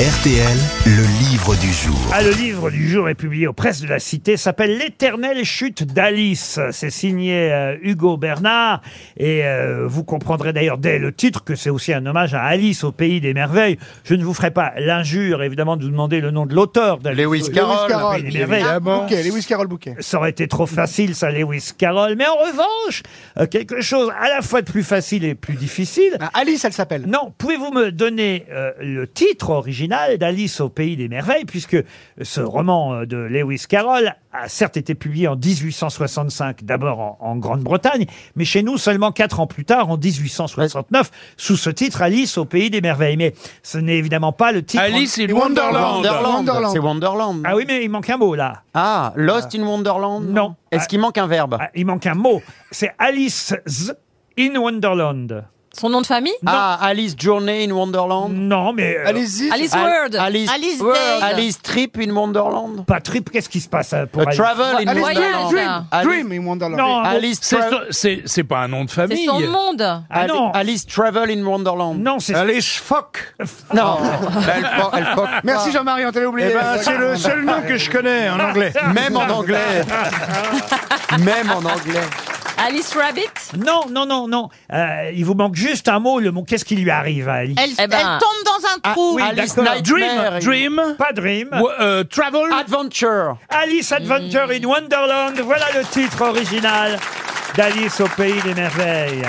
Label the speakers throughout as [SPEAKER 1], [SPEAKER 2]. [SPEAKER 1] RTL, le livre du jour.
[SPEAKER 2] Ah, le livre du jour est publié aux presses de la Cité, s'appelle L'éternelle chute d'Alice. C'est signé euh, Hugo Bernard et euh, vous comprendrez d'ailleurs dès le titre que c'est aussi un hommage à Alice au pays des merveilles. Je ne vous ferai pas l'injure évidemment de vous demander le nom de l'auteur d'Alice.
[SPEAKER 3] Lewis
[SPEAKER 2] au-
[SPEAKER 3] Carroll.
[SPEAKER 2] Carroll,
[SPEAKER 3] Lewis
[SPEAKER 2] bien évidemment.
[SPEAKER 3] Bouquet, Lewis Carroll Bouquet.
[SPEAKER 2] Ça aurait été trop facile, ça, Lewis Carroll. Mais en revanche, euh, quelque chose à la fois de plus facile et plus difficile,
[SPEAKER 3] Ah, Alice, elle s'appelle.
[SPEAKER 2] non, pouvez-vous me donner euh, le titre original d'Alice au pays des merveilles, puisque ce roman euh, de Lewis Carroll a certes été publié en 1865, d'abord en, en Grande-Bretagne, mais chez nous seulement quatre ans plus tard, en 1869, sous ce titre Alice au pays des merveilles. Mais ce n'est évidemment pas le titre.
[SPEAKER 4] Alice in Wonderland.
[SPEAKER 3] Wonderland.
[SPEAKER 5] C'est Wonderland.
[SPEAKER 2] Ah oui, mais il manque un mot là.
[SPEAKER 5] Ah, Lost in Wonderland
[SPEAKER 2] Non.
[SPEAKER 5] Est-ce qu'il manque un verbe
[SPEAKER 2] Ah, il manque un mot. C'est Alice's in Wonderland.
[SPEAKER 6] Son nom de famille
[SPEAKER 5] Ah, Alice Journey in Wonderland
[SPEAKER 2] Non, mais euh,
[SPEAKER 3] Allez-y.
[SPEAKER 6] Alice
[SPEAKER 5] Al-
[SPEAKER 6] Word
[SPEAKER 5] Alice,
[SPEAKER 7] Alice
[SPEAKER 5] World.
[SPEAKER 7] Day.
[SPEAKER 5] Alice Trip in Wonderland
[SPEAKER 2] Patrick, qu'est-ce qui se passe euh, pour
[SPEAKER 5] A
[SPEAKER 2] Alice
[SPEAKER 5] Travel in
[SPEAKER 3] Alice
[SPEAKER 6] Wonderland.
[SPEAKER 3] Dream, Dream,
[SPEAKER 5] Alice-
[SPEAKER 3] Dream in Wonderland.
[SPEAKER 2] Non, non,
[SPEAKER 5] Alice,
[SPEAKER 4] C'est
[SPEAKER 5] Tra-
[SPEAKER 4] son- C'est c'est pas un nom de
[SPEAKER 6] C'est
[SPEAKER 4] famille.
[SPEAKER 6] son monde.
[SPEAKER 2] ah
[SPEAKER 5] Ali-
[SPEAKER 2] non,
[SPEAKER 5] Alice Euh, Travel in Wonderland.
[SPEAKER 2] non, c'est
[SPEAKER 4] Alice Fock.
[SPEAKER 5] Non.
[SPEAKER 3] Merci Jean-Marie, on t'avait oublié.
[SPEAKER 4] c'est le seul nom que je connais en anglais.
[SPEAKER 5] Même en anglais. Même en anglais.
[SPEAKER 6] Alice Rabbit
[SPEAKER 2] Non, non, non, non. Euh, il vous manque juste un mot. Le mot, qu'est-ce qui lui arrive à Alice
[SPEAKER 7] Elle,
[SPEAKER 6] Eh ben,
[SPEAKER 7] elle tombe dans un trou.
[SPEAKER 5] Ah, Alice Nightmare in-
[SPEAKER 4] Dream, Dream,
[SPEAKER 2] Pas Dream.
[SPEAKER 4] wo- euh, Travel.
[SPEAKER 5] Adventure.
[SPEAKER 2] Alice Adventure
[SPEAKER 6] Mm.
[SPEAKER 2] in Wonderland. Voilà le titre original d'Alice au pays des merveilles.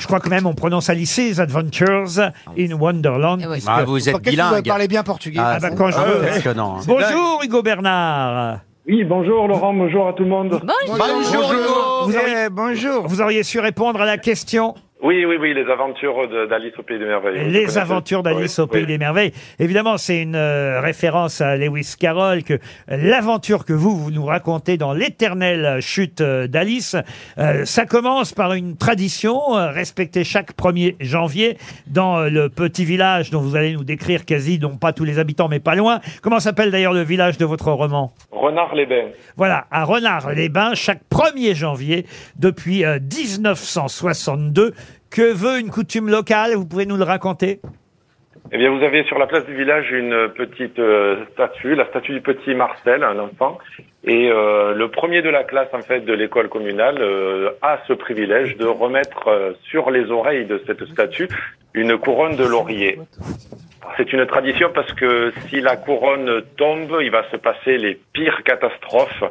[SPEAKER 2] Je crois que même on prononce Alice's Adventures in Wonderland.
[SPEAKER 6] Eh oui.
[SPEAKER 2] puisque-
[SPEAKER 5] Ah, vous êtes
[SPEAKER 3] Vous
[SPEAKER 5] bilingue.
[SPEAKER 3] parlez bien portugais.
[SPEAKER 5] Ah,
[SPEAKER 2] Ah bah, quand je
[SPEAKER 5] c'est hein.
[SPEAKER 2] veux.
[SPEAKER 5] impressionnant.
[SPEAKER 2] Bonjour Hugo Bernard.
[SPEAKER 8] Oui, bonjour Laurent, bonjour à tout le monde.
[SPEAKER 6] Bonjour.
[SPEAKER 5] Bonjour, Hugo.
[SPEAKER 2] Vous auriez,
[SPEAKER 3] Eh, bonjour.
[SPEAKER 2] vous auriez su répondre à la question
[SPEAKER 8] Oui, oui, oui, les aventures de- d'Alice au Pays des Merveilles. Vous
[SPEAKER 2] Les
[SPEAKER 8] connaissez
[SPEAKER 2] aventures d'Alice
[SPEAKER 8] Oui,
[SPEAKER 2] au Pays
[SPEAKER 8] oui.
[SPEAKER 2] des Merveilles. Évidemment, c'est une euh, référence à Lewis Carroll que l'aventure que vous, vous nous racontez dans l'éternelle chute euh, d'Alice, euh, ça commence par une tradition euh, respectée chaque 1er janvier dans euh, le petit village dont vous allez nous décrire quasi, non pas tous les habitants, mais pas loin. Comment s'appelle d'ailleurs le village de votre roman
[SPEAKER 8] Renard les Bains.
[SPEAKER 2] voilà, à Renard-les-Bains, chaque 1er janvier, depuis euh, 1962. Que veut une coutume locale Vous pouvez nous le raconter
[SPEAKER 8] Eh bien, vous avez sur la place du village une petite euh, statue, la statue du petit Marcel, un enfant. Et euh, le premier de la classe, en fait, de l'école communale, euh, a ce privilège de remettre euh, sur les oreilles de cette statue une couronne de laurier. C'est une tradition parce que si la couronne tombe, il va se passer les pires catastrophes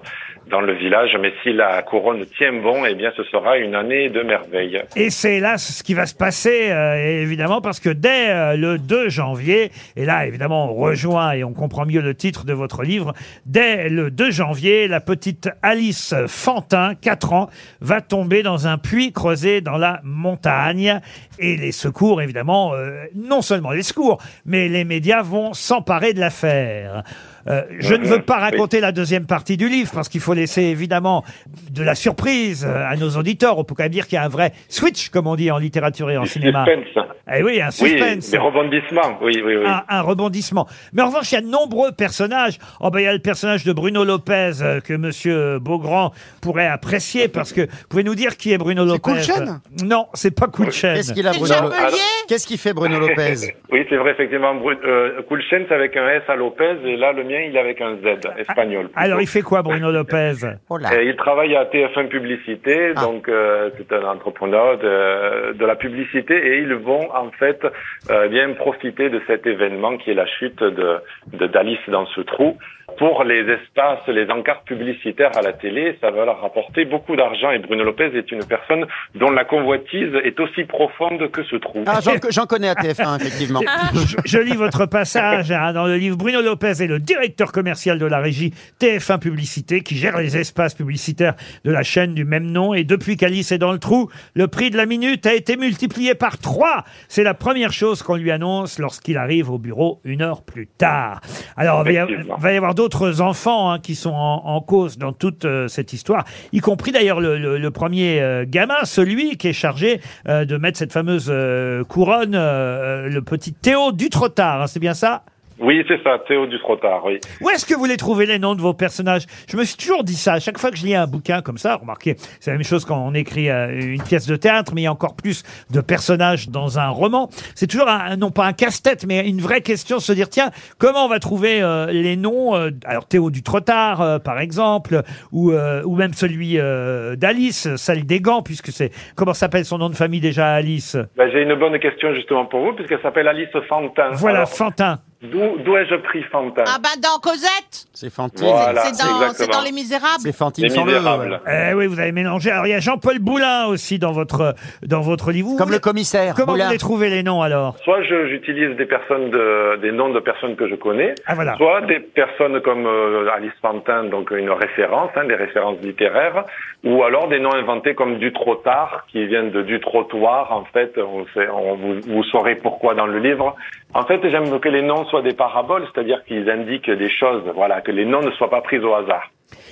[SPEAKER 8] dans le village. Mais si la couronne tient bon, eh bien, ce sera une année de merveille.
[SPEAKER 2] Et c'est là ce qui va se passer, euh, évidemment, parce que dès euh, le 2 janvier, et là, évidemment, on rejoint et on comprend mieux le titre de votre livre, dès le 2 janvier, la petite Alice Fantin, 4 ans, va tomber dans un puits creusé dans la montagne. Et les secours, évidemment, euh, non seulement les secours, mais les médias vont s'emparer de l'affaire. Euh, je ne veux pas
[SPEAKER 8] Oui.
[SPEAKER 2] raconter la deuxième partie du livre parce qu'il faut laisser évidemment de la surprise euh, à nos auditeurs. On peut quand même dire qu'il y a un vrai switch, comme on dit en littérature et en
[SPEAKER 8] Du
[SPEAKER 2] cinéma.
[SPEAKER 8] suspense.
[SPEAKER 2] Eh oui, un suspense.
[SPEAKER 8] Oui, des rebondissements. Oui, oui, oui.
[SPEAKER 2] un, un rebondissement. Mais en revanche, il y a de nombreux personnages. Oh ben, il y a le personnage de Bruno Lopez euh, que Monsieur Beaugrand pourrait apprécier parce que vous pouvez nous dire qui est Bruno Lopez
[SPEAKER 3] Coulchen
[SPEAKER 2] Non, c'est pas Coulchen.
[SPEAKER 5] Qu'est-ce qu'il a,
[SPEAKER 7] C'est le
[SPEAKER 5] Bruno Lopez
[SPEAKER 7] Chapelier.
[SPEAKER 5] Qu'est-ce qu'il fait, Bruno Lopez
[SPEAKER 8] Oui, c'est vrai, effectivement. Bru- Euh, Coulchen, c'est avec un S à Lopez, et là, le mien, il est avec un Z, espagnol. plutôt.
[SPEAKER 2] Ah, Alors, il fait quoi, Bruno Lopez
[SPEAKER 5] Oh là.
[SPEAKER 8] Et il travaille à TF1 Publicité,
[SPEAKER 5] Ah.
[SPEAKER 8] donc euh, c'est un entrepreneur de, de la publicité, et ils vont en fait euh, bien profiter de cet événement qui est la chute de de- d'Alice dans ce trou pour les espaces, les encarts publicitaires à la télé. Ça va leur rapporter beaucoup d'argent, et Bruno Lopez est une personne dont la convoitise est aussi profonde que ce trou.
[SPEAKER 5] Ah, j'en- j'en connais à TF1, effectivement.
[SPEAKER 2] je, je lis votre passage hein, dans le livre. Bruno Lopez est le directeur commercial de la régie TF1 Publicité qui gère les espaces publicitaires de la chaîne du même nom. Et depuis qu'Alice est dans le trou, le prix de la minute a été multiplié par trois. C'est la première chose qu'on lui annonce lorsqu'il arrive au bureau une heure plus tard. Alors, il va y avoir-
[SPEAKER 8] Effectivement.
[SPEAKER 2] il va y avoir d'autres enfants hein, qui sont en, en cause dans toute euh, cette histoire, y compris d'ailleurs le, le- le premier euh, gamin, celui qui est chargé euh, de mettre cette fameuse euh, couronne, euh, euh, le petit Théo Dutrotard, hein, c'est bien ça
[SPEAKER 8] Oui, c'est ça, Théo du Trottard, oui.
[SPEAKER 2] Où est-ce que vous les trouvez les noms de vos personnages Je me suis toujours dit ça. À chaque fois que je lis un bouquin comme ça, remarquez, c'est la même chose quand on écrit euh, une pièce de théâtre, mais il y a encore plus de personnages dans un roman. C'est toujours un, non pas un casse-tête, mais une vraie question se dire tiens, comment on va trouver euh, les noms euh, Alors Théo du Trottard, euh, par exemple, ou euh, ou même celui euh, d'Alice, celle des gants, puisque c'est comment s'appelle son nom de famille déjà Alice
[SPEAKER 8] Ben, J'ai une bonne question justement pour vous, puisqu'elle s'appelle Alice Fantin.
[SPEAKER 2] Voilà
[SPEAKER 8] Alors,
[SPEAKER 2] Fantin.
[SPEAKER 8] D'où d'où ai-je pris Fantin
[SPEAKER 7] Ah bah dans Cosette
[SPEAKER 5] C'est Fantine.
[SPEAKER 8] Voilà,
[SPEAKER 7] C'est dans, c'est
[SPEAKER 8] exactement.
[SPEAKER 7] dans Les Misérables
[SPEAKER 5] C'est Fantine
[SPEAKER 8] Les
[SPEAKER 5] sans le.
[SPEAKER 8] Misérables.
[SPEAKER 2] Eh oui, vous avez mélangé. Alors il y a Jean-Paul Boulin aussi dans votre dans votre livre. Vous
[SPEAKER 5] Comme
[SPEAKER 2] voulez-
[SPEAKER 5] le commissaire.
[SPEAKER 2] Comment
[SPEAKER 5] Moulin.
[SPEAKER 2] vous les trouvez les noms alors
[SPEAKER 8] Soit je- j'utilise des personnes de, des noms de personnes que je connais,
[SPEAKER 2] Ah voilà.
[SPEAKER 8] soit des personnes comme euh, Alice Fantin, donc une référence, hein, des références littéraires, ou alors des noms inventés comme du trottard, qui viennent de du trottoir. En fait, on sait, on, vous, vous saurez pourquoi dans le livre. En fait, j'aime que les noms soient des paraboles, c'est-à-dire qu'ils indiquent des choses. Voilà, que les noms ne soient pas pris au hasard.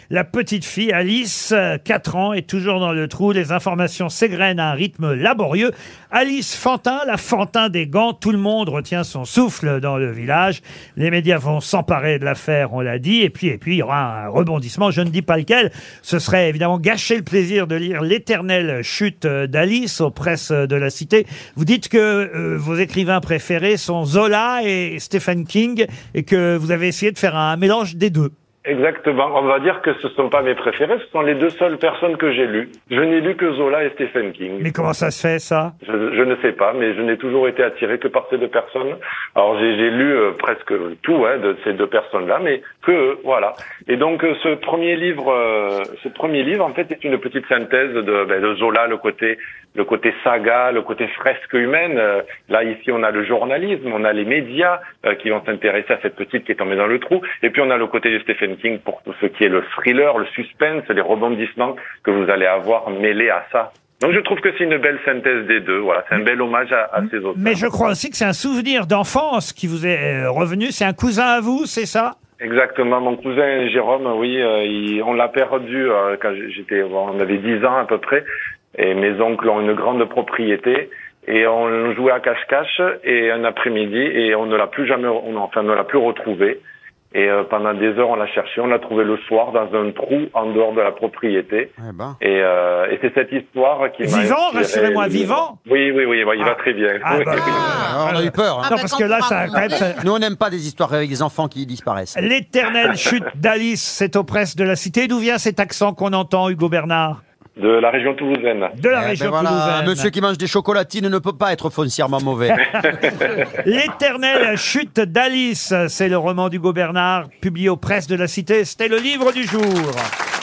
[SPEAKER 2] La petite fille Alice, euh, 4 ans, est toujours dans le trou. Les informations s'égrènent à un rythme laborieux. Alice Fantin, la Fantin des gants, tout le monde retient son souffle dans le village. Les médias vont s'emparer de l'affaire, on l'a dit. Et puis, et puis, il y aura un rebondissement. Je ne dis pas lequel. Ce serait évidemment gâcher le plaisir de lire l'éternelle chute euh, d'Alice aux presses euh, de la cité. Vous dites que euh, vos écrivains préférés sont Zola et Stephen King et que vous avez essayé de faire un mélange des deux.
[SPEAKER 8] Exactement. On va dire que ce ne sont pas mes préférés, ce sont les deux seules personnes que j'ai lues. Je n'ai lu que Zola et Stephen King.
[SPEAKER 2] Mais comment ça se fait, ça?
[SPEAKER 8] Je, je ne sais pas, mais je n'ai toujours été attiré que par ces deux personnes. Alors j'ai j'ai lu euh, presque tout hein, de ces deux personnes-là, mais que eux, voilà. Et donc euh, ce premier livre, euh, ce premier livre en fait est une petite synthèse de, ben, de Zola, le côté, le côté saga, le côté fresque humaine. Euh, là ici on a le journalisme, on a les médias euh, qui vont s'intéresser à cette petite qui est tombée dans le trou, et puis on a le côté de Stephen King pour tout ce qui est le thriller, le suspense, les rebondissements que vous allez avoir mêlés à ça. Donc je trouve que c'est une belle synthèse des deux. Voilà, c'est un bel hommage à, à ces autres.
[SPEAKER 2] Mais je crois aussi que c'est un souvenir d'enfance qui vous est euh, revenu. C'est un cousin à vous, c'est ça
[SPEAKER 8] Exactement, mon cousin Jérôme, oui, euh, il- on l'a perdu euh, quand j'étais, bon, on avait 10 ans à peu près, et mes oncles ont une grande propriété. Et on jouait à cache-cache et un après-midi et on ne l'a plus jamais, on, enfin on ne l'a plus retrouvé. Et euh, pendant des heures on l'a cherché, on l'a trouvé le soir dans un trou en dehors de la propriété.
[SPEAKER 5] Eh ben.
[SPEAKER 8] Et, euh, et c'est cette histoire qui m'a
[SPEAKER 2] Vivant,
[SPEAKER 8] inspiré
[SPEAKER 2] rassurez-moi,
[SPEAKER 8] le livre.
[SPEAKER 2] vivant
[SPEAKER 8] Oui, oui, oui, bah, il
[SPEAKER 2] Ah.
[SPEAKER 8] va très bien.
[SPEAKER 2] Ah,
[SPEAKER 8] Oui,
[SPEAKER 2] bah,
[SPEAKER 8] oui.
[SPEAKER 5] Ah, on a eu peur. hein.
[SPEAKER 7] Ah,
[SPEAKER 2] Non,
[SPEAKER 7] bah,
[SPEAKER 2] parce
[SPEAKER 7] quand
[SPEAKER 2] que là,
[SPEAKER 7] vous
[SPEAKER 2] ça quand même,
[SPEAKER 7] racontez-
[SPEAKER 2] ça-
[SPEAKER 5] Nous, on n'aime pas des histoires avec des enfants qui disparaissent.
[SPEAKER 2] L'éternelle chute d'Alice, c'est aux presses de la cité. D'où vient cet accent qu'on entend, Hugo Bernard
[SPEAKER 8] De la région toulousaine.
[SPEAKER 2] De la
[SPEAKER 5] Eh ben
[SPEAKER 2] région
[SPEAKER 5] voilà, un
[SPEAKER 2] toulousaine.
[SPEAKER 5] monsieur qui mange des chocolatines ne peut pas être foncièrement mauvais.
[SPEAKER 2] L'éternelle chute d'Alice, c'est le roman d'Hugo Bernard, publié aux presses de la cité. C'était le livre du jour.